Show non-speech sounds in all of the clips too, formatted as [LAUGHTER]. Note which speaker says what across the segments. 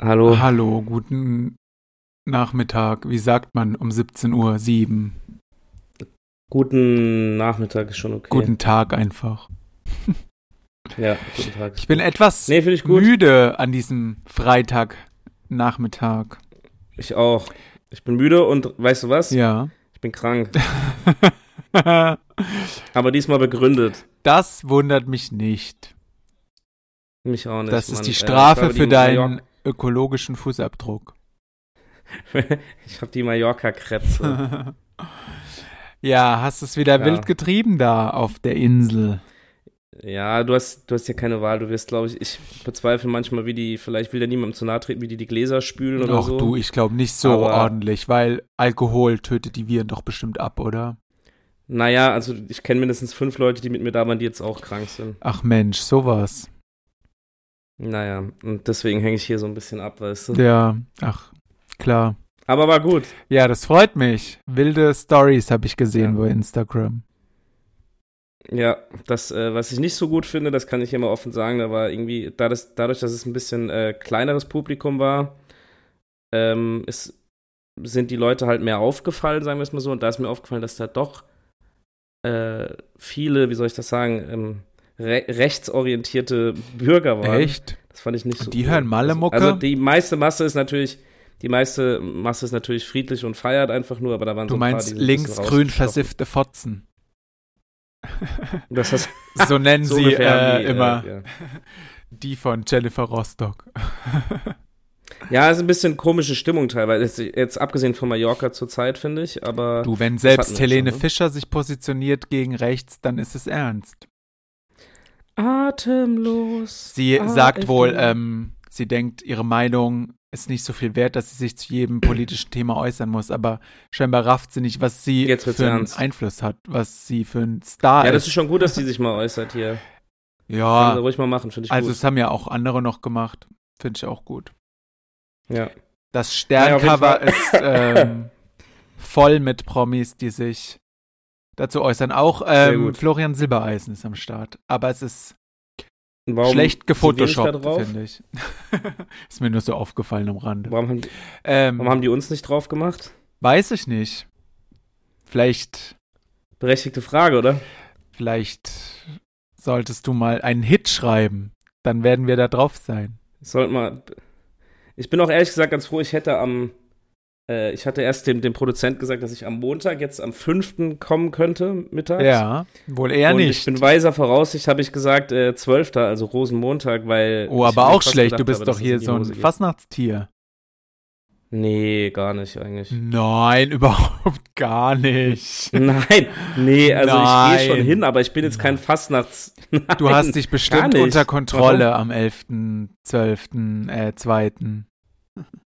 Speaker 1: Hallo.
Speaker 2: Hallo, guten Nachmittag. Wie sagt man um 17 Uhr 7?
Speaker 1: Guten Nachmittag ist schon okay.
Speaker 2: Guten Tag einfach. [LAUGHS]
Speaker 1: Ja, guten Tag.
Speaker 2: Ich bin etwas
Speaker 1: Nee, finde ich gut.
Speaker 2: müde an diesem Freitagnachmittag.
Speaker 1: Ich auch. Ich bin müde und weißt du was?
Speaker 2: Ja.
Speaker 1: Ich bin krank. Aber diesmal begründet.
Speaker 2: [LAUGHS] Das wundert mich nicht.
Speaker 1: Mich auch nicht.
Speaker 2: Das ist
Speaker 1: Mann.
Speaker 2: die
Speaker 1: Äh, ich
Speaker 2: Strafe
Speaker 1: glaube, die
Speaker 2: für deinen
Speaker 1: Mallorca-
Speaker 2: ökologischen Fußabdruck. [LAUGHS]
Speaker 1: [LAUGHS] ich habe die
Speaker 2: [LAUGHS]
Speaker 1: Mallorca-Kretze.
Speaker 2: Ja, hast es wieder
Speaker 1: Ja.
Speaker 2: wild getrieben da auf der Insel.
Speaker 1: ja, du hast, du hast ja keine Wahl. Du wirst, glaube ich, ich bezweifle manchmal, wie die, vielleicht will der niemandem zu nahe treten, wie die die Gläser spülen oder
Speaker 2: Doch
Speaker 1: so.
Speaker 2: du, ich glaube nicht so
Speaker 1: Aber-
Speaker 2: ordentlich, weil Alkohol tötet die Viren doch bestimmt ab, oder?
Speaker 1: Naja, also ich kenne mindestens fünf Leute, die mit mir da waren, die jetzt auch krank sind.
Speaker 2: Ach Mensch, sowas.
Speaker 1: Naja, und deswegen hänge ich hier so ein bisschen ab, weißt du.
Speaker 2: Ja, ach, klar.
Speaker 1: Aber war gut.
Speaker 2: Ja, das freut mich. Wilde Stories habe ich gesehen
Speaker 1: Ja.
Speaker 2: bei Instagram.
Speaker 1: Ja, das, äh, was ich nicht so gut finde, das kann ich hier mal offen sagen, da war irgendwie, da das, dadurch, dass es ein bisschen äh, kleineres Publikum war, ähm, es, sind die Leute halt mehr aufgefallen, sagen wir es mal so. Und da ist mir aufgefallen, dass da doch äh, viele, wie soll ich das sagen, ähm, re rechtsorientierte Bürger waren.
Speaker 2: Echt?
Speaker 1: Das fand ich nicht so
Speaker 2: Die hören Malle-Mucke?
Speaker 1: Also, also die meiste Masse ist natürlich, die meiste Masse ist natürlich friedlich und feiert einfach nur, aber da waren
Speaker 2: Du
Speaker 1: so ein
Speaker 2: meinst
Speaker 1: paar, die sind ein bisschen
Speaker 2: linksgrün
Speaker 1: rausgestochen.
Speaker 2: versiffte Fotzen.
Speaker 1: [LAUGHS] Das ist
Speaker 2: So nennen
Speaker 1: so
Speaker 2: [LAUGHS] sie
Speaker 1: ungefähr haben
Speaker 2: äh,
Speaker 1: die,
Speaker 2: immer
Speaker 1: Äh, ja.
Speaker 2: die von
Speaker 1: [LAUGHS]
Speaker 2: Jennifer Rostock.
Speaker 1: Ja, ist ein bisschen komische Stimmung teilweise. Jetzt, jetzt abgesehen von Mallorca zurzeit, finde ich, aber
Speaker 2: Du, wenn
Speaker 1: hatten wir
Speaker 2: selbst
Speaker 1: schon,
Speaker 2: Helene
Speaker 1: ne?
Speaker 2: Fischer sich positioniert gegen rechts, dann ist es ernst.
Speaker 1: atemlos.
Speaker 2: Sie
Speaker 1: AfD.
Speaker 2: sagt wohl, ähm, sie denkt, ihre Meinung ist nicht so viel wert, dass sie sich zu jedem politischen Thema äußern muss, aber scheinbar rafft sie nicht, was sie
Speaker 1: Jetzt wird's
Speaker 2: für einen
Speaker 1: ernst.
Speaker 2: Einfluss hat, was sie für einen Star
Speaker 1: ja, das
Speaker 2: ist.
Speaker 1: ist schon gut, dass die sich mal äußert hier. Kann sie
Speaker 2: Ja,
Speaker 1: ruhig mal machen, finde ich
Speaker 2: Ah. also
Speaker 1: gut.
Speaker 2: es haben ja auch andere noch gemacht. Finde ich auch gut.
Speaker 1: Ja.
Speaker 2: Das
Speaker 1: Naja, auf jeden
Speaker 2: Sterncover ist
Speaker 1: [LAUGHS]
Speaker 2: ähm, voll mit Promis, die sich dazu äußern. Auch
Speaker 1: Sehr
Speaker 2: ähm,
Speaker 1: gut.
Speaker 2: Florian Silbereisen ist am Start. Aber es ist
Speaker 1: Und Warum,
Speaker 2: schlecht
Speaker 1: da
Speaker 2: gefotoshoppt,
Speaker 1: drauf?
Speaker 2: finde ich. [LAUGHS] ist mir nur so aufgefallen am Rande.
Speaker 1: Warum haben,
Speaker 2: Ähm,
Speaker 1: warum haben die uns nicht drauf gemacht?
Speaker 2: weiß ich nicht. Vielleicht,
Speaker 1: Berechtigte Frage, oder?
Speaker 2: vielleicht solltest du mal einen Hit schreiben. Dann werden wir da drauf sein.
Speaker 1: Sollte mal. Ich bin auch ehrlich gesagt ganz froh, ich hätte am. Äh, ich hatte erst dem, dem Produzent gesagt, dass ich am Montag, jetzt am 5. kommen könnte, mittags.
Speaker 2: Ja, wohl eher
Speaker 1: und
Speaker 2: nicht.
Speaker 1: Ich bin weiser Voraussicht, habe ich gesagt, äh, 12. also Rosenmontag, weil.
Speaker 2: oh,
Speaker 1: ich
Speaker 2: aber
Speaker 1: mir
Speaker 2: auch
Speaker 1: fast
Speaker 2: schlecht.
Speaker 1: gedacht
Speaker 2: Du bist
Speaker 1: habe, dass
Speaker 2: doch
Speaker 1: es
Speaker 2: hier
Speaker 1: in die
Speaker 2: so ein
Speaker 1: Hose geht.
Speaker 2: Fastnachtstier.
Speaker 1: Nee, gar nicht eigentlich. [LAUGHS]
Speaker 2: Nein, [LAUGHS] überhaupt gar nicht.
Speaker 1: Nein, nee, also ich gehe
Speaker 2: Nein.
Speaker 1: schon hin, aber ich bin jetzt kein Fastnachts.
Speaker 2: Du
Speaker 1: Nein,
Speaker 2: hast dich bestimmt
Speaker 1: nicht.
Speaker 2: unter Kontrolle am 11., 12., äh, 2.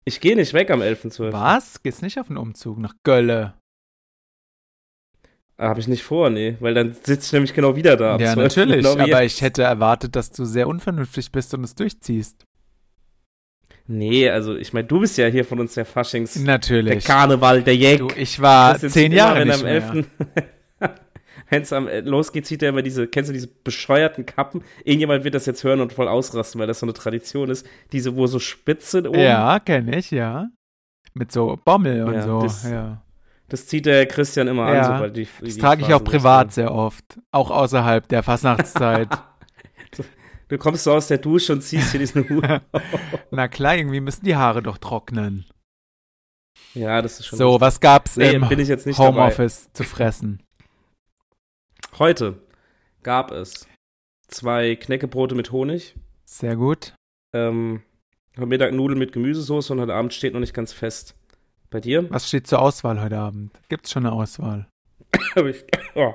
Speaker 1: Ich gehe nicht weg am 11.12.
Speaker 2: Was? Gehst nicht auf den Umzug nach Gölle?
Speaker 1: Habe Ah, ich nicht vor, nee, weil dann sitze ich nämlich genau wieder da. am
Speaker 2: ja,
Speaker 1: 12.,
Speaker 2: natürlich.
Speaker 1: genau wie
Speaker 2: Aber
Speaker 1: jetzt.
Speaker 2: ich hätte erwartet, dass du sehr unvernünftig bist und es durchziehst.
Speaker 1: Nee, also ich meine, du bist ja hier von uns der Faschings. Der
Speaker 2: Natürlich.
Speaker 1: Karneval, der Jäck.
Speaker 2: Du, ich war
Speaker 1: Das jetzt
Speaker 2: Ah, zehn
Speaker 1: immer,
Speaker 2: Jahre
Speaker 1: wenn
Speaker 2: nicht
Speaker 1: am
Speaker 2: mehr.
Speaker 1: [LAUGHS] 11. Wenn es am äh, losgeht, zieht er immer diese, kennst du diese bescheuerten Kappen? Irgendjemand wird das jetzt hören und voll ausrasten, weil das so eine Tradition ist. Diese, wo so spitz sind oben.
Speaker 2: Ja, kenne ich, ja. Mit so Bommel und
Speaker 1: Ja,
Speaker 2: so.
Speaker 1: das-
Speaker 2: ja.
Speaker 1: Das zieht der Christian immer
Speaker 2: Ja.
Speaker 1: an, sobald die.
Speaker 2: Das
Speaker 1: die
Speaker 2: trage ich auch
Speaker 1: Phasen
Speaker 2: privat
Speaker 1: losgehen.
Speaker 2: sehr oft. Auch außerhalb der Fastnachtszeit.
Speaker 1: [LAUGHS] Du kommst so aus der Dusche und ziehst hier diesen
Speaker 2: [LAUGHS]
Speaker 1: Hut.
Speaker 2: Na klar, irgendwie müssen die Haare doch trocknen.
Speaker 1: ja, das ist schon.
Speaker 2: So, was gab's
Speaker 1: nee,
Speaker 2: im
Speaker 1: bin ich jetzt nicht dabei.
Speaker 2: Homeoffice zu fressen?
Speaker 1: Heute gab es zwei Knäckebrote mit Honig,
Speaker 2: Sehr gut.
Speaker 1: ähm, am Mittag Nudeln mit Gemüsesoße und heute Abend steht noch nicht ganz fest. Bei dir?
Speaker 2: Was steht zur Auswahl heute Abend? Gibt's schon eine Auswahl?
Speaker 1: Aber ich, oh.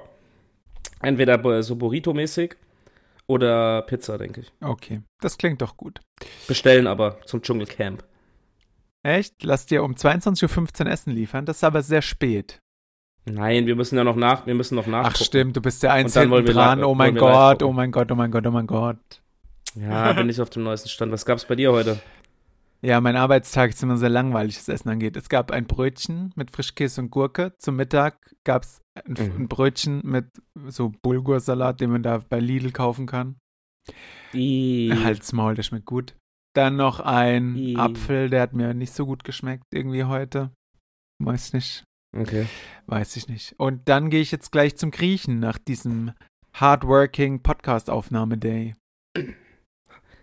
Speaker 1: Entweder bo- so Burrito-mäßig oder Pizza, denke ich.
Speaker 2: Okay, das klingt doch gut.
Speaker 1: Bestellen aber zum Dschungelcamp.
Speaker 2: Echt? Lass dir um 22.15 Uhr Essen liefern, das ist aber sehr spät.
Speaker 1: Nein, wir müssen ja noch nach, wir müssen noch
Speaker 2: Ach,
Speaker 1: nachgucken.
Speaker 2: stimmt, du bist der
Speaker 1: dann
Speaker 2: Einzige
Speaker 1: wollen wir
Speaker 2: dran.
Speaker 1: live-
Speaker 2: Oh
Speaker 1: wollen
Speaker 2: mein
Speaker 1: wir live
Speaker 2: Gott,
Speaker 1: gucken.
Speaker 2: oh mein Gott, oh mein Gott, oh mein Gott.
Speaker 1: Ja, bin ich auf dem neuesten Stand. Was gab's bei dir heute?
Speaker 2: Ja, mein Arbeitstag ist immer sehr langweilig, was Essen angeht. Es gab ein Brötchen mit Frischkäse und Gurke. Zum Mittag gab's ein,
Speaker 1: Mhm.
Speaker 2: ein Brötchen mit so Bulgursalat, den man da bei Lidl kaufen kann.
Speaker 1: I,
Speaker 2: Halt. Halt's Maul, der schmeckt gut. Dann noch ein
Speaker 1: I.
Speaker 2: Apfel, der hat mir nicht so gut geschmeckt irgendwie heute. Weiß nicht,
Speaker 1: Okay.
Speaker 2: weiß ich nicht. Und dann gehe ich jetzt gleich zum Griechen nach diesem hardworking Podcast-Aufnahme-Day.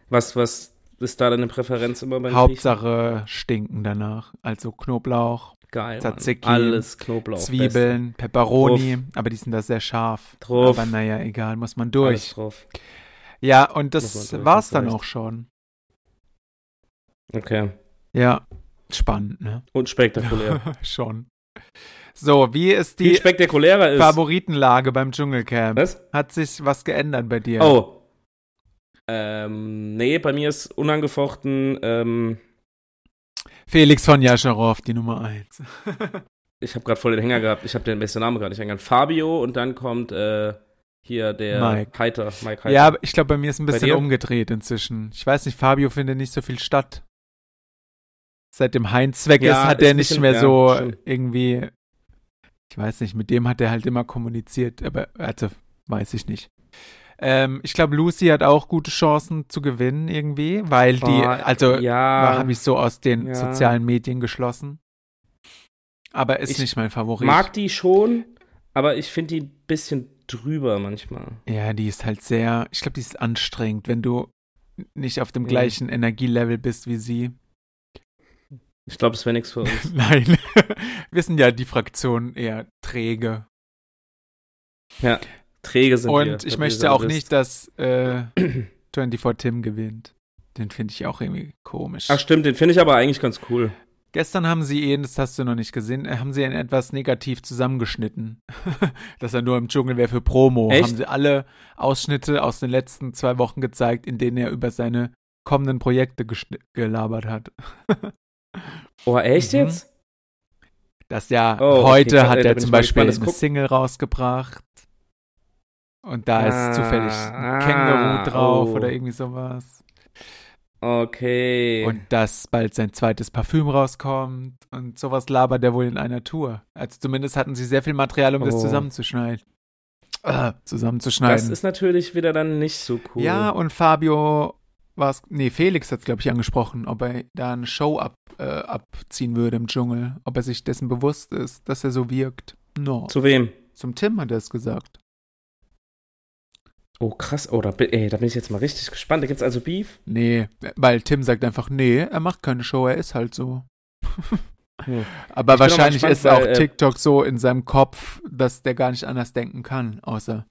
Speaker 1: Was, was ist da deine Präferenz immer bei
Speaker 2: Hauptsache stinken danach. Also Knoblauch,
Speaker 1: Geil. Mann.
Speaker 2: Tzatziki,
Speaker 1: Alles Knoblauch. Beste.
Speaker 2: Zwiebeln, Peperoni, aber die sind da sehr scharf.
Speaker 1: Drauf.
Speaker 2: Aber naja, egal, muss man
Speaker 1: Alles
Speaker 2: durch.
Speaker 1: drauf.
Speaker 2: Ja, und
Speaker 1: Muss
Speaker 2: das
Speaker 1: man durch,
Speaker 2: war's
Speaker 1: hast du
Speaker 2: dann
Speaker 1: recht.
Speaker 2: auch schon.
Speaker 1: Okay.
Speaker 2: Ja, spannend, ne? [LAUGHS]
Speaker 1: Und spektakulär.
Speaker 2: schon. So, wie ist
Speaker 1: Viel
Speaker 2: die
Speaker 1: spektakulärer ist.
Speaker 2: Favoritenlage beim Dschungelcamp?
Speaker 1: Was?
Speaker 2: Hat sich was geändert bei dir?
Speaker 1: Oh. Ähm, nee, bei mir ist unangefochten, ähm,
Speaker 2: Felix von Jascharow, die Nummer [LAUGHS] 1.
Speaker 1: ich habe gerade voll den Hänger gehabt, ich habe den besten Namen gerade nicht eingehört. Fabio und dann kommt äh, hier der
Speaker 2: Mike.
Speaker 1: Heiter, Mike Heiter.
Speaker 2: ja, aber ich glaube, bei mir ist ein
Speaker 1: Bei
Speaker 2: bisschen
Speaker 1: dir?
Speaker 2: umgedreht inzwischen. Ich weiß nicht, Fabio findet nicht so viel statt. Seit dem Heinz weg
Speaker 1: Ja,
Speaker 2: ist, hat
Speaker 1: ist
Speaker 2: er
Speaker 1: ein
Speaker 2: nicht
Speaker 1: bisschen-
Speaker 2: mehr
Speaker 1: ja,
Speaker 2: so
Speaker 1: stimmt.
Speaker 2: irgendwie. Ich weiß nicht, mit dem hat er halt immer kommuniziert, aber also weiß ich nicht. Ähm, ich glaube, Lucy hat auch gute Chancen zu gewinnen irgendwie, weil die,
Speaker 1: Oh,
Speaker 2: also
Speaker 1: ja,
Speaker 2: habe ich so aus den
Speaker 1: Ja.
Speaker 2: sozialen Medien geschlossen. Aber ist
Speaker 1: Ich
Speaker 2: nicht mein Favorit.
Speaker 1: mag die schon, aber ich finde die ein bisschen drüber manchmal.
Speaker 2: ja, die ist halt sehr, ich glaube, die ist anstrengend, wenn du nicht auf dem
Speaker 1: Mhm.
Speaker 2: gleichen Energielevel bist wie sie. [LAUGHS]
Speaker 1: Ich glaube, es wäre nichts für uns.
Speaker 2: Nein, [LAUGHS] wir sind ja die Fraktion eher träge.
Speaker 1: Träge sind wir.
Speaker 2: Und
Speaker 1: das
Speaker 2: ich
Speaker 1: ist ja
Speaker 2: möchte auch
Speaker 1: das.
Speaker 2: nicht, dass
Speaker 1: [CLEARS THROAT]
Speaker 2: äh, 24 Tim gewinnt. Den finde ich auch irgendwie komisch.
Speaker 1: Ach stimmt, den finde ich aber eigentlich ganz cool.
Speaker 2: Gestern haben sie ihn, das hast du noch nicht gesehen, äh, haben sie ihn etwas negativ zusammengeschnitten. [LAUGHS] Dass er nur im Dschungel wäre für Promo.
Speaker 1: Echt?
Speaker 2: Haben sie alle Ausschnitte aus den letzten zwei Wochen gezeigt, in denen er über seine kommenden Projekte geschn- gelabert hat.
Speaker 1: Oh, echt
Speaker 2: Mhm.
Speaker 1: jetzt?
Speaker 2: Das ja,
Speaker 1: Oh, okay,
Speaker 2: heute
Speaker 1: krass,
Speaker 2: hat
Speaker 1: ey, da
Speaker 2: er
Speaker 1: bin
Speaker 2: zum
Speaker 1: ich mal
Speaker 2: Beispiel
Speaker 1: gespannt, das
Speaker 2: eine
Speaker 1: guckt-
Speaker 2: Single rausgebracht. Und da
Speaker 1: Ah,
Speaker 2: ist zufällig ein
Speaker 1: ah,
Speaker 2: Känguru drauf
Speaker 1: oh.
Speaker 2: oder irgendwie sowas.
Speaker 1: Okay.
Speaker 2: Und dass bald sein zweites Parfüm rauskommt. Und sowas labert er wohl in einer Tour. Also zumindest hatten sie sehr viel Material, um das
Speaker 1: Oh.
Speaker 2: zusammenzuschneiden. Äh,
Speaker 1: das
Speaker 2: zusammenzuschneiden.
Speaker 1: ist natürlich wieder dann nicht so cool.
Speaker 2: Ja, und Fabio war es. Nee, Felix hat es, glaube ich, angesprochen, ob er da eine Show ab, äh, abziehen würde im Dschungel. Ob er sich dessen bewusst ist, dass er so wirkt. No.
Speaker 1: Zu wem?
Speaker 2: Zum Tim hat er es gesagt.
Speaker 1: Oh, krass. Oh, da, bin- ey, da bin ich jetzt mal richtig gespannt. Da gibt's also Beef.
Speaker 2: Nee, weil Tim sagt einfach, nee, er macht keine Show, er ist
Speaker 1: [LAUGHS]
Speaker 2: halt so.
Speaker 1: Hm. Ich bin
Speaker 2: Aber
Speaker 1: auch mal
Speaker 2: wahrscheinlich
Speaker 1: gespannt,
Speaker 2: ist auch
Speaker 1: weil, äh,
Speaker 2: TikTok so in seinem Kopf, dass der gar nicht anders denken kann, außer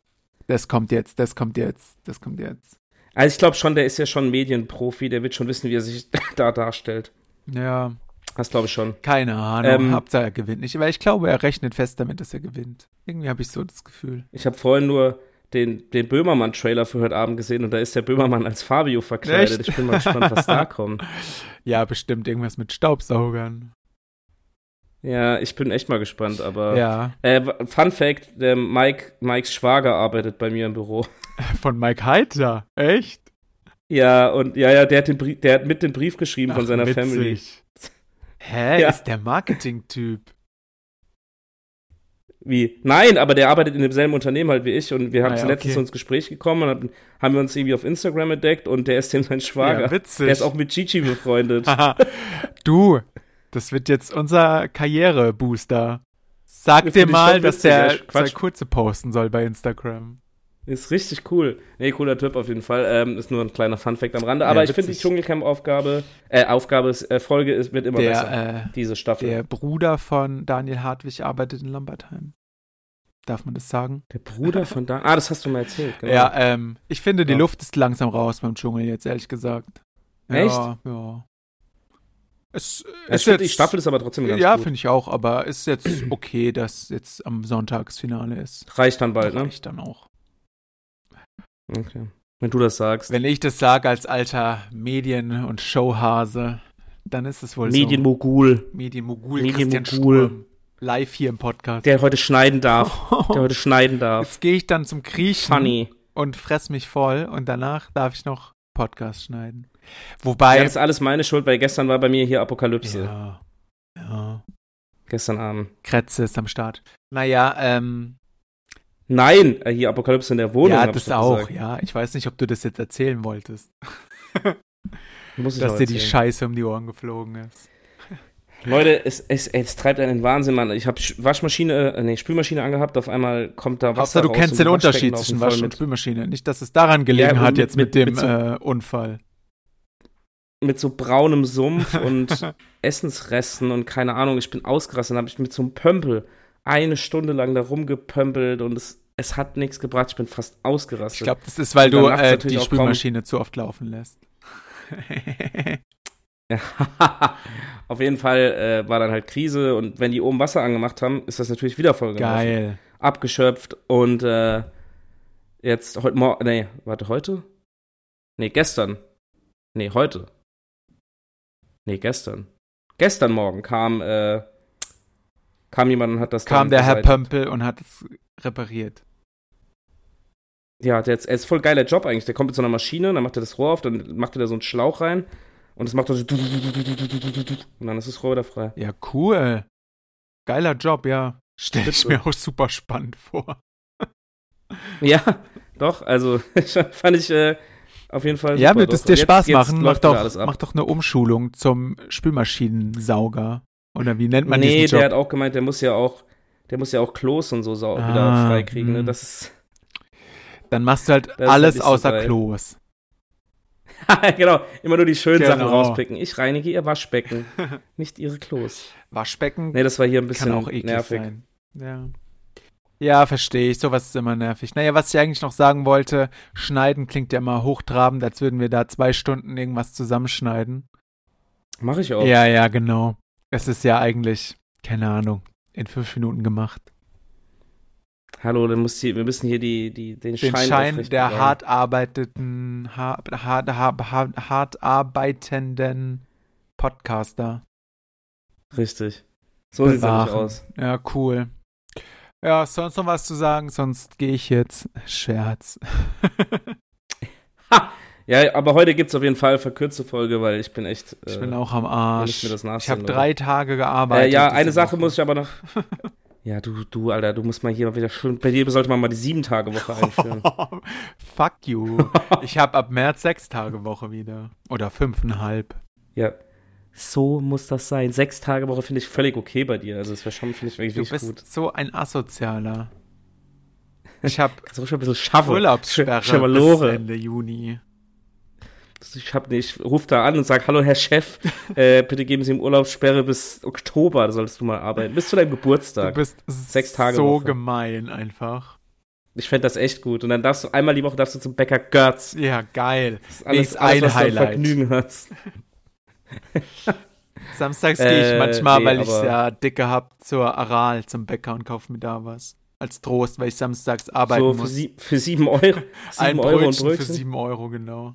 Speaker 2: das kommt jetzt, das kommt jetzt, das kommt jetzt.
Speaker 1: Also ich glaube schon, der ist ja schon ein Medienprofi. Der wird schon wissen, wie er sich [LAUGHS] da darstellt.
Speaker 2: Ja,
Speaker 1: Das glaube ich schon.
Speaker 2: keine Ahnung,
Speaker 1: Ähm,
Speaker 2: Hauptsache er gewinnt nicht, weil ich glaube, er rechnet fest damit, dass er gewinnt. Irgendwie habe ich so das Gefühl.
Speaker 1: Ich habe vorhin nur den, den Böhmermann-Trailer für heute Abend gesehen und da ist der Böhmermann als Fabio verkleidet.
Speaker 2: Echt?
Speaker 1: Ich bin mal gespannt, was
Speaker 2: [LAUGHS]
Speaker 1: da kommt.
Speaker 2: Ja, bestimmt irgendwas mit Staubsaugern.
Speaker 1: Ja, ich bin echt mal gespannt, aber.
Speaker 2: Ja,
Speaker 1: Äh, Fun Fact: der Mike, Mikes Schwager arbeitet bei mir im Büro.
Speaker 2: von Mike Heiter, echt?
Speaker 1: Ja, und ja, ja, der hat, den Brief, der hat mit den Brief geschrieben von
Speaker 2: Ach,
Speaker 1: seiner
Speaker 2: witzig.
Speaker 1: Family.
Speaker 2: [LAUGHS] Hä,
Speaker 1: Ja.
Speaker 2: ist
Speaker 1: [LAUGHS]
Speaker 2: der Marketing-Typ?
Speaker 1: Wie? Nein, aber der arbeitet in demselben Unternehmen halt wie ich und wir haben
Speaker 2: Ah ja,
Speaker 1: letztens
Speaker 2: okay.
Speaker 1: so ins Gespräch gekommen und haben- haben wir uns irgendwie auf Instagram entdeckt und der ist dem sein Schwager.
Speaker 2: Ja, witzig.
Speaker 1: der ist
Speaker 2: [LAUGHS]
Speaker 1: auch mit Gigi befreundet.
Speaker 2: Haha. du, das wird jetzt unser Karrierebooster. Sag
Speaker 1: Das
Speaker 2: dir
Speaker 1: find ich
Speaker 2: mal,
Speaker 1: schon
Speaker 2: dass
Speaker 1: witzig, ja,
Speaker 2: der
Speaker 1: Quatsch.
Speaker 2: zwei Kurze posten soll bei Instagram.
Speaker 1: ist richtig cool. Nee, cooler Typ auf jeden Fall. Ähm, ist nur ein kleiner Funfact am Rande.
Speaker 2: Ja,
Speaker 1: Aber ich finde die
Speaker 2: witzig.
Speaker 1: Dschungelcamp-Aufgabe, äh, Aufgabe, ist, äh, Folge ist, wird immer besser.
Speaker 2: Der, äh,
Speaker 1: diese Staffel.
Speaker 2: der Bruder von Daniel Hartwig arbeitet in Lambertheim. Darf man das sagen?
Speaker 1: Der Bruder von da. Ah, das hast du mal erzählt. Genau.
Speaker 2: Ja, ähm, ich finde, die
Speaker 1: Ja.
Speaker 2: Luft ist langsam raus beim Dschungel jetzt, ehrlich gesagt. Ja,
Speaker 1: Echt?
Speaker 2: ja. Es
Speaker 1: Ja, Also ich
Speaker 2: ist
Speaker 1: find,
Speaker 2: jetzt,
Speaker 1: die Staffel ist aber trotzdem ganz
Speaker 2: Ja,
Speaker 1: gut.
Speaker 2: finde ich auch, aber ist jetzt okay, dass jetzt am Sonntagsfinale ist.
Speaker 1: Reicht dann bald, ne?
Speaker 2: Reicht dann auch.
Speaker 1: Okay. Wenn du das sagst.
Speaker 2: Wenn ich das sage als alter Medien- und Showhase, dann ist es wohl
Speaker 1: Medienmogul,
Speaker 2: so. Medienmogul
Speaker 1: Medienmogul.
Speaker 2: Christian Sturm. Live hier im Podcast.
Speaker 1: der heute schneiden darf.
Speaker 2: [LAUGHS]
Speaker 1: Der heute schneiden darf.
Speaker 2: Jetzt gehe ich dann zum Kriechen
Speaker 1: Funny.
Speaker 2: und fress mich voll und danach darf ich noch Podcast schneiden.
Speaker 1: Ja,
Speaker 2: Wobei.
Speaker 1: das ist alles meine Schuld, weil gestern war bei mir hier Apokalypse.
Speaker 2: ja, ja.
Speaker 1: Gestern Abend.
Speaker 2: Kretze ist am Start. Naja, ähm,
Speaker 1: Nein, äh, hier Apokalypse in der Wohnung.
Speaker 2: ja,
Speaker 1: hab ich
Speaker 2: das
Speaker 1: doch
Speaker 2: auch,
Speaker 1: gesagt.
Speaker 2: ja. Ich weiß nicht, ob du das jetzt erzählen wolltest.
Speaker 1: [LAUGHS] Muss ich
Speaker 2: dass
Speaker 1: noch
Speaker 2: dir die
Speaker 1: erzählen.
Speaker 2: Scheiße um die Ohren geflogen ist.
Speaker 1: Leute, es, es, es treibt einen in den Wahnsinn, Mann. Ich habe Waschmaschine, äh, nee, Spülmaschine angehabt, auf einmal kommt da Wasser
Speaker 2: Hauptsache, du
Speaker 1: raus
Speaker 2: kennst
Speaker 1: und
Speaker 2: den
Speaker 1: die Waschbecken
Speaker 2: Unterschied
Speaker 1: laufen
Speaker 2: zwischen
Speaker 1: voll
Speaker 2: Wasch- und
Speaker 1: mit,
Speaker 2: Spülmaschine. Nicht, dass es daran gelegen
Speaker 1: Ja, und
Speaker 2: hat jetzt
Speaker 1: mit-
Speaker 2: mit, dem
Speaker 1: mit so-
Speaker 2: äh, Unfall.
Speaker 1: mit so braunem Sumpf
Speaker 2: [LAUGHS]
Speaker 1: und Essensresten und keine Ahnung. Ich bin ausgerastet, dann habe ich mit so einem Pömpel eine Stunde lang da rumgepömpelt und es, es hat nichts gebracht. Ich bin fast ausgerastet.
Speaker 2: Ich glaube, das ist, weil
Speaker 1: Dann
Speaker 2: du
Speaker 1: macht's
Speaker 2: äh,
Speaker 1: natürlich
Speaker 2: die
Speaker 1: auch kaum-
Speaker 2: Spülmaschine zu oft laufen lässt.
Speaker 1: [LAUGHS]
Speaker 2: [LAUGHS]
Speaker 1: auf jeden Fall äh, war dann halt Krise und wenn die oben Wasser angemacht haben, ist das natürlich wieder vollgelaufen.
Speaker 2: Geil.
Speaker 1: abgeschöpft und äh, jetzt heute Morgen, nee, warte, heute? Nee, gestern. Nee, heute. Nee, gestern. Gestern Morgen kam, äh, kam jemand und hat das
Speaker 2: Kam
Speaker 1: dann
Speaker 2: der Herr
Speaker 1: beseitigt.
Speaker 2: Pömpel und hat es repariert.
Speaker 1: Ja, der ist, er ist voll geiler Job eigentlich. Der kommt mit so einer Maschine, dann macht er das Rohr auf, dann macht er da so einen Schlauch rein und es macht dann so und dann ist das Rohr wieder frei.
Speaker 2: Ja, cool. Geiler Job, ja. Stell ich
Speaker 1: Bitte.
Speaker 2: mir auch super spannend vor.
Speaker 1: Ja, doch, also [LAUGHS] fand ich äh, auf jeden Fall
Speaker 2: Ja,
Speaker 1: super,
Speaker 2: wird
Speaker 1: doch.
Speaker 2: es dir
Speaker 1: Jetzt-
Speaker 2: Spaß
Speaker 1: jetzt
Speaker 2: machen. Mach
Speaker 1: läuft wieder
Speaker 2: doch,
Speaker 1: alles ab.
Speaker 2: mach doch eine Umschulung zum Spülmaschinensauger. Oder wie nennt man
Speaker 1: nee,
Speaker 2: diesen
Speaker 1: der
Speaker 2: Job?
Speaker 1: hat auch gemeint, der muss ja auch, der muss ja auch Klos und so sau
Speaker 2: Ah,
Speaker 1: wieder freikriegen. Ne?
Speaker 2: hm.
Speaker 1: Das ist [LAUGHS]
Speaker 2: Dann machst du halt
Speaker 1: ist halt
Speaker 2: alles
Speaker 1: nicht so
Speaker 2: außer
Speaker 1: geil.
Speaker 2: Klos.
Speaker 1: genau immer nur die schönen
Speaker 2: Genau.
Speaker 1: Sachen rauspicken. Ich reinige ihr
Speaker 2: [LAUGHS]
Speaker 1: Waschbecken, nicht ihre Klos.
Speaker 2: Waschbecken
Speaker 1: Nee, das war hier ein
Speaker 2: kann
Speaker 1: bisschen
Speaker 2: auch eklig
Speaker 1: nervig.
Speaker 2: sein. Ja. Ja, verstehe ich. Sowas ist immer nervig. Naja, was ich eigentlich noch sagen wollte, schneiden klingt ja immer hochtrabend, als würden wir da zwei Stunden irgendwas zusammenschneiden.
Speaker 1: Mache ich auch.
Speaker 2: Ja, ja, genau. Es ist ja eigentlich, keine Ahnung, in fünf Minuten gemacht.
Speaker 1: Hallo, dann muss die, wir müssen hier die, die, den,
Speaker 2: Den
Speaker 1: Schein,
Speaker 2: Schein
Speaker 1: aufrecht
Speaker 2: der
Speaker 1: bewahren.
Speaker 2: hart arbeiteten, hart, hart, hart, hart, hart arbeitenden Podcaster.
Speaker 1: Richtig. So sieht's nämlich
Speaker 2: bewahren.
Speaker 1: aus.
Speaker 2: Ja, cool. Ja, sonst noch was zu sagen, sonst gehe ich jetzt. Scherz.
Speaker 1: Ja, aber heute gibt's auf jeden Fall verkürzte Folge, weil ich bin echt.
Speaker 2: Ich
Speaker 1: äh,
Speaker 2: bin auch am
Speaker 1: will nicht
Speaker 2: Arsch.
Speaker 1: mir das
Speaker 2: Ich habe
Speaker 1: nachsehen,
Speaker 2: drei Tage
Speaker 1: Äh,
Speaker 2: gearbeitet.
Speaker 1: ja,
Speaker 2: diese
Speaker 1: eine Sache
Speaker 2: Woche.
Speaker 1: muss ich aber
Speaker 2: [LAUGHS]
Speaker 1: noch. Ja, du, du, Alter, du musst mal hier mal wieder schön. Bei dir sollte man mal die Sieben-Tage-Woche
Speaker 2: [LAUGHS]
Speaker 1: einführen.
Speaker 2: Fuck
Speaker 1: [LAUGHS]
Speaker 2: you. Ich habe ab März sechs Tage Woche wieder. Oder fünfeinhalb.
Speaker 1: Ja. So muss das sein. Sechs Tage Woche finde ich völlig okay bei dir. Also, das wäre schon, finde ich, wirklich
Speaker 2: Du
Speaker 1: wirklich
Speaker 2: bist
Speaker 1: gut.
Speaker 2: so
Speaker 1: [LAUGHS]
Speaker 2: ein Asozialer. Ich habe
Speaker 1: Kannst du ruhig mal ein bisschen schaffen.
Speaker 2: Urlaubssperre
Speaker 1: Schön mal
Speaker 2: bis
Speaker 1: Lore.
Speaker 2: Ende Juni.
Speaker 1: Ich, hab, nee, ich rufe da an und sage: Hallo, Herr
Speaker 2: [LAUGHS]
Speaker 1: Chef, äh, bitte geben Sie ihm Urlaubssperre bis Oktober. Da solltest du mal arbeiten. Bis zu deinem
Speaker 2: Du
Speaker 1: Geburtstag.
Speaker 2: bist
Speaker 1: Sechs Tage
Speaker 2: so
Speaker 1: Woche.
Speaker 2: gemein einfach.
Speaker 1: Ich fände das echt gut. Und dann darfst du einmal die Woche darfst du zum Bäcker Götz.
Speaker 2: Ja, geil.
Speaker 1: Das ist
Speaker 2: Ist
Speaker 1: was
Speaker 2: ein
Speaker 1: du an
Speaker 2: Highlight.
Speaker 1: Vergnügen hast.
Speaker 2: Samstags gehe
Speaker 1: Äh,
Speaker 2: ich manchmal,
Speaker 1: nee,
Speaker 2: weil ich
Speaker 1: aber-
Speaker 2: ja dicke hab, zur Aral zum Bäcker und kaufe mir da was. Als Trost, weil ich samstags arbeiten
Speaker 1: So für,
Speaker 2: muss.
Speaker 1: sie, für sieben Euro.
Speaker 2: Ein
Speaker 1: Sieben Euro
Speaker 2: Brötchen,
Speaker 1: und
Speaker 2: für
Speaker 1: Brötchen.
Speaker 2: sieben Euro, genau.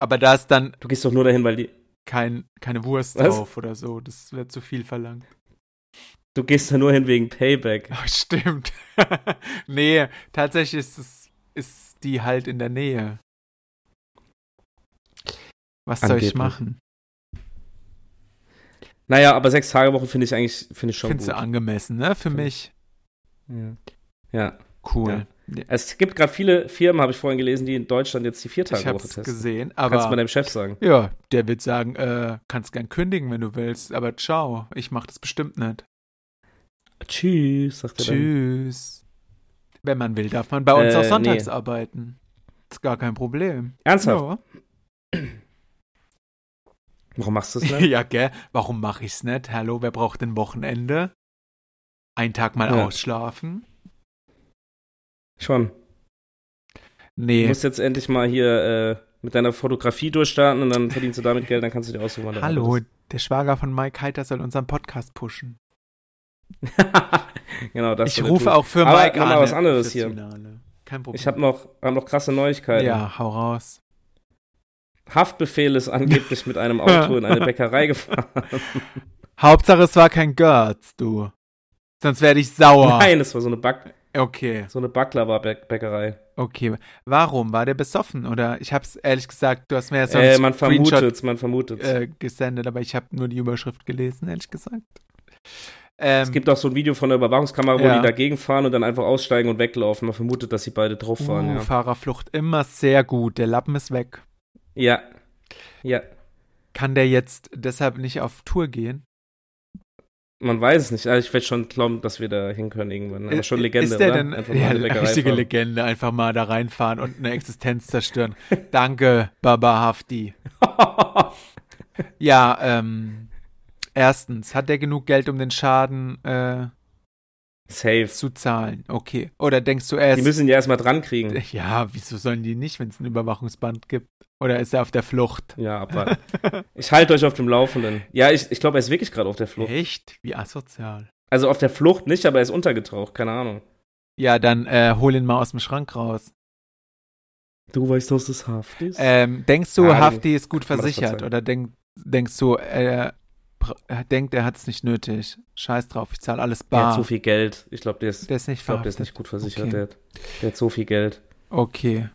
Speaker 2: Aber da ist dann
Speaker 1: Du gehst doch nur dahin, weil die.
Speaker 2: kein, keine Wurst
Speaker 1: Was?
Speaker 2: drauf oder so. Das wäre zu viel verlangt. [LAUGHS]
Speaker 1: Du gehst da nur hin wegen Payback.
Speaker 2: Oh, stimmt. [LAUGHS] nee, tatsächlich ist, es, ist die halt in der Nähe. Was soll
Speaker 1: Angeblich.
Speaker 2: ich machen?
Speaker 1: Naja, aber sechs Tage Woche finde ich eigentlich finde ich schon
Speaker 2: Findest
Speaker 1: gut.
Speaker 2: du angemessen, ne? Für
Speaker 1: Finde
Speaker 2: mich.
Speaker 1: Ja. ja.
Speaker 2: Cool.
Speaker 1: Es gibt gerade viele Firmen, habe ich vorhin gelesen, die in Deutschland jetzt die
Speaker 2: Ich
Speaker 1: Viertagewoche
Speaker 2: hab's
Speaker 1: testen.
Speaker 2: gesehen,
Speaker 1: Kannst du mal
Speaker 2: aber
Speaker 1: deinem Chef sagen.
Speaker 2: ja, der wird sagen, äh, kannst gern kündigen, wenn du willst, aber ciao, ich mach das bestimmt nicht.
Speaker 1: Tschüss, sagt er dann.
Speaker 2: Tschüss. Wenn man will, darf man bei uns auch
Speaker 1: Äh,
Speaker 2: sonntags
Speaker 1: nee.
Speaker 2: arbeiten. Ist gar kein Problem.
Speaker 1: Ernsthaft?
Speaker 2: Ja.
Speaker 1: Warum machst du es
Speaker 2: [LAUGHS]
Speaker 1: nicht?
Speaker 2: Ja, gell? Warum mache ich's nicht? Hallo, wer braucht denn Wochenende? Einen Tag mal
Speaker 1: Ja.
Speaker 2: ausschlafen?
Speaker 1: Schon. Du
Speaker 2: Nee.
Speaker 1: musst jetzt endlich mal hier äh, mit deiner Fotografie durchstarten und dann verdienst du damit Geld, dann kannst du dir aussuchen, wann du
Speaker 2: Hallo,
Speaker 1: arbeitest. [LAUGHS]
Speaker 2: der Schwager von Mike Heiter soll unseren Podcast pushen.
Speaker 1: genau, das
Speaker 2: ich
Speaker 1: soll er
Speaker 2: rufe
Speaker 1: tun.
Speaker 2: auch für
Speaker 1: Aber
Speaker 2: Mike
Speaker 1: noch mal
Speaker 2: an.
Speaker 1: was anderes
Speaker 2: fürs
Speaker 1: hier.
Speaker 2: Finale. Kein Problem.
Speaker 1: Ich habe noch, hab noch krasse Neuigkeiten.
Speaker 2: ja, hau raus.
Speaker 1: Haftbefehl ist angeblich mit
Speaker 2: [LAUGHS]
Speaker 1: einem Auto in eine Bäckerei gefahren.
Speaker 2: Hauptsache, es war kein Gertz, du. Sonst werde ich sauer.
Speaker 1: Nein, es war so eine, Back,
Speaker 2: Okay,
Speaker 1: so eine Baklava-Bäckerei.
Speaker 2: okay. Warum? War der besoffen? Oder ich hab's ehrlich gesagt, du hast mir ja so einen
Speaker 1: Äh, man
Speaker 2: Screenshot
Speaker 1: vermutet's, man vermutet's.
Speaker 2: äh, gesendet, aber ich habe nur die Überschrift gelesen, ehrlich gesagt. Ähm,
Speaker 1: Es gibt auch so ein Video von der Überwachungskamera, wo
Speaker 2: Ja.
Speaker 1: die dagegen fahren und dann einfach aussteigen und weglaufen. Man vermutet, dass sie beide drauf waren,
Speaker 2: uh, Fahrerflucht immer sehr gut. Der Lappen ist weg.
Speaker 1: ja. Ja. Ja.
Speaker 2: Kann der jetzt deshalb nicht auf Tour gehen?
Speaker 1: Man weiß es nicht. Also ich werde schon glauben, dass wir da hin können irgendwann. Aber schon Legende,
Speaker 2: Äh, ist der
Speaker 1: oder?
Speaker 2: denn
Speaker 1: Einfach mal
Speaker 2: ja,
Speaker 1: eine Leckerei
Speaker 2: richtige
Speaker 1: fahren.
Speaker 2: Legende? Einfach mal da reinfahren und eine Existenz zerstören. Danke, Baba Hafti. Ja, ähm, erstens, hat der genug Geld, um den Schaden äh,
Speaker 1: [LAUGHS] Safe.
Speaker 2: zu zahlen? Okay. Oder denkst du, er
Speaker 1: Die
Speaker 2: ist
Speaker 1: müssen ihn ja erstmal dran kriegen.
Speaker 2: [LAUGHS] Ja, wieso sollen die nicht, wenn es ein Überwachungsband gibt? Oder ist er auf der Flucht?
Speaker 1: Ja, aber
Speaker 2: [LAUGHS]
Speaker 1: ich halte euch auf dem Laufenden. Ja, ich, ich glaube, er ist wirklich gerade auf der Flucht.
Speaker 2: Echt? Wie asozial.
Speaker 1: Also auf der Flucht nicht, aber er ist untergetaucht, keine Ahnung.
Speaker 2: Ja, dann äh, hol ihn mal aus dem Schrank raus.
Speaker 1: Du weißt, dass das Haft ist?
Speaker 2: Ähm, denkst du,
Speaker 1: Ja,
Speaker 2: Hafti ist gut
Speaker 1: kann man das
Speaker 2: versichert?
Speaker 1: verzeihen.
Speaker 2: Oder denk, denkst du, er pr- er denkt, er hat es nicht nötig? Scheiß drauf, ich zahle alles
Speaker 1: der hat
Speaker 2: bar.
Speaker 1: so viel Geld. Ich glaube, der, ist-
Speaker 2: Äh, der ist nicht
Speaker 1: ich glaub, der ist
Speaker 2: verhaftet.
Speaker 1: nicht gut versichert.
Speaker 2: Okay.
Speaker 1: Der, hat, der hat so viel Geld.
Speaker 2: Okay,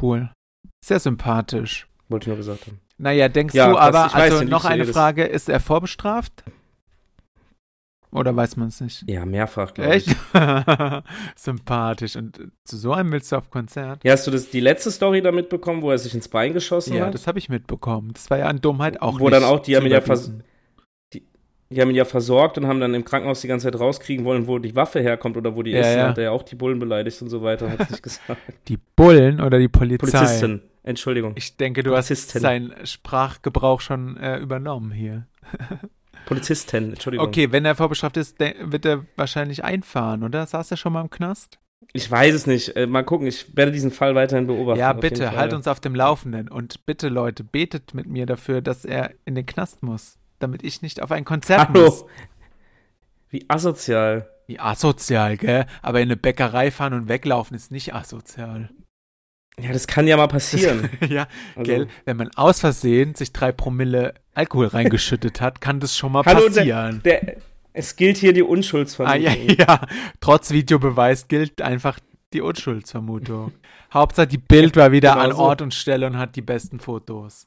Speaker 2: cool. Sehr sympathisch.
Speaker 1: Wollte ich nur gesagt haben.
Speaker 2: Naja, denkst
Speaker 1: Ja,
Speaker 2: du
Speaker 1: das-
Speaker 2: aber,
Speaker 1: ich weiß
Speaker 2: also
Speaker 1: nicht,
Speaker 2: noch
Speaker 1: ich sehe
Speaker 2: eine
Speaker 1: das.
Speaker 2: Frage, ist er vorbestraft? Oder weiß man es nicht?
Speaker 1: Ja, mehrfach, glaube ich.
Speaker 2: Echt? [LAUGHS] Sympathisch. Und äh, zu so einem willst du auf Konzert?
Speaker 1: Ja, hast du das, die letzte Story da mitbekommen, wo er sich ins Bein geschossen
Speaker 2: Ja,
Speaker 1: hat?
Speaker 2: das habe ich mitbekommen. Das war ja an Dummheit auch
Speaker 1: Wo
Speaker 2: nicht
Speaker 1: dann auch die
Speaker 2: zu
Speaker 1: haben ihn ja
Speaker 2: überbieten.
Speaker 1: Die haben ihn ja versorgt und haben dann im Krankenhaus die ganze Zeit rauskriegen wollen, wo die Waffe herkommt oder wo die
Speaker 2: Ja,
Speaker 1: ist.
Speaker 2: ja.
Speaker 1: Dann hat er ja auch die Bullen beleidigt und so weiter, hat es nicht [LAUGHS] gesagt.
Speaker 2: Die Bullen oder die Polizei?
Speaker 1: Polizistin, Entschuldigung.
Speaker 2: Ich denke, du
Speaker 1: Polizistin.
Speaker 2: hast seinen Sprachgebrauch schon äh, übernommen hier.
Speaker 1: Polizistin, Entschuldigung.
Speaker 2: Okay, wenn er vorbestraft ist, de- wird er wahrscheinlich einfahren, oder? Saß er schon mal im Knast?
Speaker 1: Ich weiß es nicht. Äh, mal gucken, ich werde diesen Fall weiterhin beobachten.
Speaker 2: ja,
Speaker 1: auf jeden
Speaker 2: bitte,
Speaker 1: Fall.
Speaker 2: halt uns auf dem Laufenden. Und bitte, Leute, betet mit mir dafür, dass er in den Knast muss, damit ich nicht auf ein Konzert muss.
Speaker 1: Hallo. Wie asozial.
Speaker 2: Ja, asozial, gell? Aber in eine Bäckerei fahren und weglaufen ist nicht asozial. [LAUGHS]
Speaker 1: Ja, das kann ja mal passieren.
Speaker 2: ja,
Speaker 1: Also,
Speaker 2: [LAUGHS] gell? Wenn man aus Versehen sich drei Promille Alkohol reingeschüttet hat, kann das schon mal
Speaker 1: Hallo,
Speaker 2: passieren.
Speaker 1: Der, es gilt hier die
Speaker 2: Ah, ja,
Speaker 1: Unschuldsvermutung.
Speaker 2: ja, trotz Videobeweis gilt einfach
Speaker 1: [LAUGHS]
Speaker 2: die Unschuldsvermutung. Hauptsache, die Bild war wieder
Speaker 1: Genau
Speaker 2: an
Speaker 1: so.
Speaker 2: Ort und Stelle und hat die besten Fotos.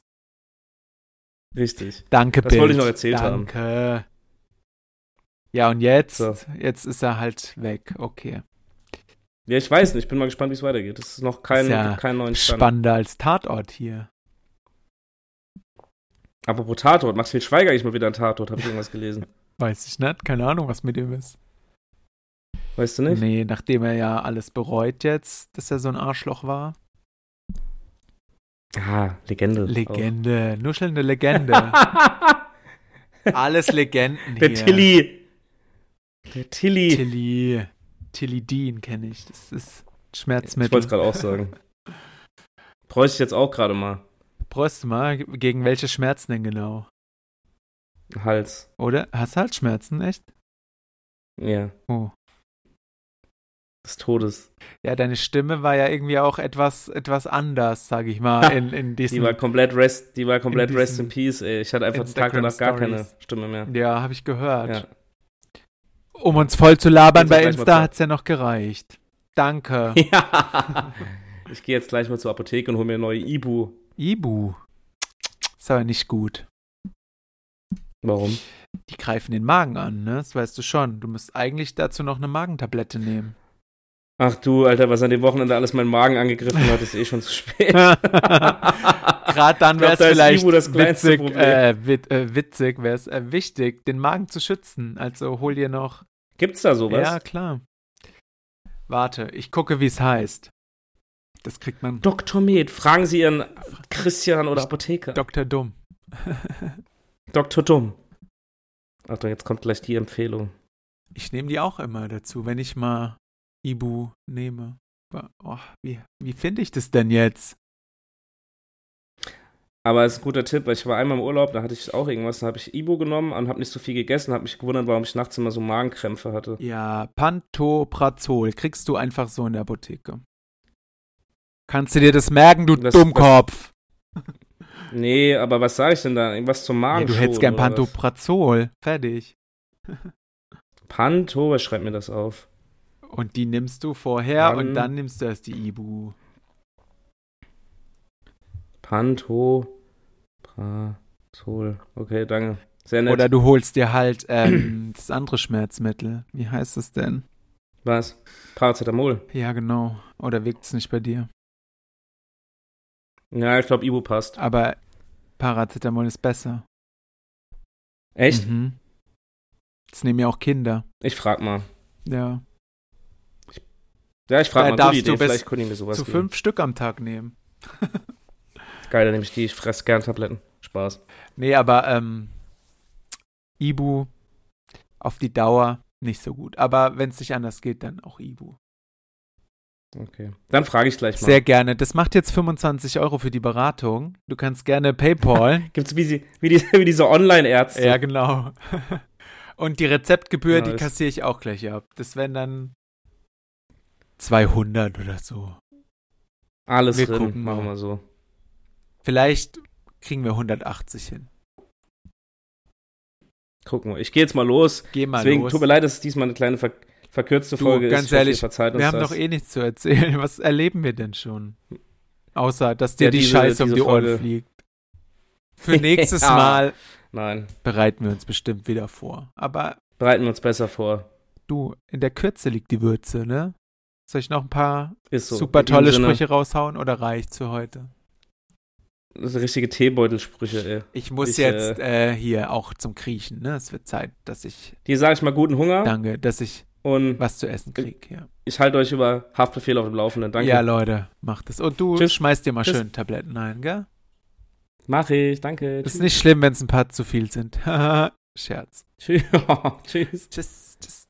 Speaker 1: Richtig.
Speaker 2: Danke,
Speaker 1: Das
Speaker 2: Bild.
Speaker 1: wollte ich noch erzählt haben.
Speaker 2: Danke. Danke. Ja, und jetzt?
Speaker 1: So.
Speaker 2: Jetzt ist er halt weg. Okay.
Speaker 1: Ja, ich weiß nicht. Ich bin mal gespannt, wie es weitergeht. Es ist noch kein,
Speaker 2: Ist ja
Speaker 1: gibt keinen neuen Stand.
Speaker 2: Spannender als Tatort hier.
Speaker 1: Apropos Tatort. Max viel Schweiger ich mal wieder ein Tatort. Habe ich irgendwas
Speaker 2: [LAUGHS]
Speaker 1: gelesen.
Speaker 2: Weiß ich nicht. Keine Ahnung, was mit ihm ist.
Speaker 1: Weißt du nicht?
Speaker 2: Nee, nachdem er ja alles bereut jetzt, dass er so ein Arschloch war.
Speaker 1: Ah, Legende.
Speaker 2: [LAUGHS] Legende,
Speaker 1: [LAUGHS]
Speaker 2: nuschelnde Legende. alles Legenden
Speaker 1: Der
Speaker 2: hier.
Speaker 1: Tilly. Der Tilly.
Speaker 2: Tilly. Tilly Dean kenne ich. Das ist
Speaker 1: Ich wollte es
Speaker 2: Schmerzmittel.
Speaker 1: gerade auch sagen. Bräuchte ich jetzt auch gerade mal.
Speaker 2: Brust mal, gegen welche Schmerzen denn genau?
Speaker 1: Hals.
Speaker 2: Oder? Hast du halt Schmerzen, echt?
Speaker 1: Ja.
Speaker 2: Oh.
Speaker 1: Des Todes.
Speaker 2: Ja, deine Stimme war ja irgendwie auch etwas, etwas anders, sag ich mal, in, in
Speaker 1: Die
Speaker 2: diesem.
Speaker 1: war komplett rest, die war komplett
Speaker 2: in
Speaker 1: rest
Speaker 2: diesen
Speaker 1: in peace, ey. Ich hatte einfach Tag danach gar keine
Speaker 2: Instagram-Stories.
Speaker 1: Stimme mehr.
Speaker 2: ja, habe ich gehört.
Speaker 1: Ja.
Speaker 2: Um uns voll zu
Speaker 1: Jetzt
Speaker 2: labern
Speaker 1: auch
Speaker 2: bei
Speaker 1: gleich mal
Speaker 2: Insta
Speaker 1: Zeit.
Speaker 2: hat's ja noch gereicht. Danke.
Speaker 1: ja. [LAUGHS] Ich gehe jetzt gleich mal zur Apotheke und hole mir eine neue Ibu.
Speaker 2: Ibu. Ist aber nicht gut.
Speaker 1: Warum?
Speaker 2: Die greifen den Magen an, ne? Das weißt du schon. Du musst eigentlich dazu noch eine
Speaker 1: [LAUGHS]
Speaker 2: Magentablette nehmen.
Speaker 1: Ach du, Alter, was an dem Wochenende alles meinen Magen angegriffen hat, ist eh schon zu
Speaker 2: [LAUGHS]
Speaker 1: spät.
Speaker 2: Gerade dann
Speaker 1: Ich glaub,
Speaker 2: wäre es
Speaker 1: da ist
Speaker 2: vielleicht
Speaker 1: Ibu das kleinste
Speaker 2: witzig,
Speaker 1: Problem.
Speaker 2: äh, wit äh, witzig wäre es äh, wichtig, den Magen zu schützen. Also hol dir noch.
Speaker 1: Gibt's da sowas?
Speaker 2: Ja, klar. Warte, ich gucke, wie es heißt. Das kriegt man.
Speaker 1: Dr. Med, fragen Sie Ihren Christian oder Apotheker.
Speaker 2: Dr. Dumm. [LAUGHS]
Speaker 1: Dr. Dumm. Achtung, jetzt kommt gleich die Empfehlung.
Speaker 2: Ich nehme die auch immer dazu, wenn ich mal Ibu nehme. Oh, wie wie finde ich das denn jetzt?
Speaker 1: Aber es ist ein guter Tipp, weil ich war einmal im Urlaub, da hatte ich auch irgendwas, da habe ich Ibo genommen und habe nicht so viel gegessen, habe mich gewundert, warum ich nachts immer so Magenkrämpfe hatte.
Speaker 2: Ja, Pantoprazol kriegst du einfach so in der Apotheke. Kannst du dir das merken, du
Speaker 1: Das-
Speaker 2: Dummkopf?
Speaker 1: Nee, aber was sage ich denn da? Irgendwas zum
Speaker 2: Nee,
Speaker 1: Magen?
Speaker 2: du hättest gern
Speaker 1: Panto.
Speaker 2: Pantoprazol. Fertig. [LAUGHS]
Speaker 1: Panto, wer schreibt mir das auf?
Speaker 2: Und die nimmst du vorher
Speaker 1: Dann-
Speaker 2: und dann nimmst du erst die Ibu.
Speaker 1: Panto, Prazol. Okay, danke. Sehr nett.
Speaker 2: Oder du holst dir halt ähm, [CLEARS THROAT] das andere Schmerzmittel. Wie heißt es denn?
Speaker 1: was? Paracetamol.
Speaker 2: Ja, genau. Oder wirkt es nicht bei dir?
Speaker 1: Ja, ich glaube, Ibo passt.
Speaker 2: Aber Paracetamol ist besser.
Speaker 1: Echt?
Speaker 2: Mhm. Das nehmen ja auch Kinder.
Speaker 1: Ich frag mal.
Speaker 2: Ja.
Speaker 1: Ja, ich frag
Speaker 2: Da
Speaker 1: mal,
Speaker 2: Äh, darfst
Speaker 1: gute
Speaker 2: du
Speaker 1: Idee,
Speaker 2: bis
Speaker 1: vielleicht können mir sowas
Speaker 2: Zu
Speaker 1: geben.
Speaker 2: fünf Stück am Tag nehmen.
Speaker 1: Geil, dann nehme ich die, ich fress gern Tabletten. Spaß.
Speaker 2: Nee, aber ähm, Ibu auf die Dauer nicht so gut. Aber wenn es nicht anders geht, dann auch Ibu.
Speaker 1: Okay. Dann frage ich gleich mal.
Speaker 2: Sehr gerne. Das macht jetzt 25 Euro für die Beratung. Du kannst gerne PayPal.
Speaker 1: Gibt's wie, sie, wie, diese, [LAUGHS] wie diese Online-Ärzte?
Speaker 2: ja, genau. [LAUGHS] Und die Rezeptgebühr,
Speaker 1: Genau,
Speaker 2: die
Speaker 1: das-
Speaker 2: kassiere ich auch gleich ab. Das wären dann 200 oder so.
Speaker 1: Alles
Speaker 2: Wir
Speaker 1: drin.
Speaker 2: gucken mal.
Speaker 1: Machen wir so.
Speaker 2: Vielleicht kriegen wir 180 hin.
Speaker 1: Gucken wir. Ich gehe jetzt mal los.
Speaker 2: Geh mal
Speaker 1: Deswegen
Speaker 2: los.
Speaker 1: tut mir leid, dass es diesmal eine kleine ver verkürzte
Speaker 2: Du,
Speaker 1: Folge
Speaker 2: ganz
Speaker 1: ist. Ich hoffe, ihr
Speaker 2: ehrlich,
Speaker 1: verzeiht uns
Speaker 2: wir haben
Speaker 1: das.
Speaker 2: doch eh nichts zu erzählen. [LAUGHS] Was erleben wir denn schon? Außer, dass dir
Speaker 1: Ja,
Speaker 2: die
Speaker 1: diese-
Speaker 2: Scheiße um
Speaker 1: diese
Speaker 2: die Ohren
Speaker 1: Folge.
Speaker 2: fliegt.
Speaker 1: [LAUGHS]
Speaker 2: Für nächstes
Speaker 1: Ja.
Speaker 2: Mal
Speaker 1: Nein,
Speaker 2: bereiten wir uns bestimmt wieder vor. Aber
Speaker 1: bereiten wir uns besser vor.
Speaker 2: du, in der Kürze liegt die Würze, ne? Soll ich noch ein paar
Speaker 1: Ist so.
Speaker 2: super
Speaker 1: In diesem
Speaker 2: tolle
Speaker 1: Sinne,
Speaker 2: Sprüche raushauen oder reicht's für heute?
Speaker 1: Das sind richtige Teebeutelsprüche, ey.
Speaker 2: Ich muss
Speaker 1: Ich,
Speaker 2: jetzt äh, hier auch zum Kriechen, ne? Es wird Zeit, dass ich,
Speaker 1: Die sage ich mal guten Hunger
Speaker 2: danke, dass ich
Speaker 1: und
Speaker 2: was zu essen kriege. Ja.
Speaker 1: ich halte euch über Haftbefehl auf dem Laufenden. Danke.
Speaker 2: ja, Leute, macht es. Und du
Speaker 1: Tschüss.
Speaker 2: schmeißt dir mal
Speaker 1: Tschüss.
Speaker 2: schön Tabletten ein, gell?
Speaker 1: Mach ich. Danke.
Speaker 2: Ist nicht schlimm, wenn es ein paar zu viel sind. [LAUGHS] Scherz.
Speaker 1: Tschüss. [LAUGHS] Tschüss.
Speaker 2: Tschüss, tschüss.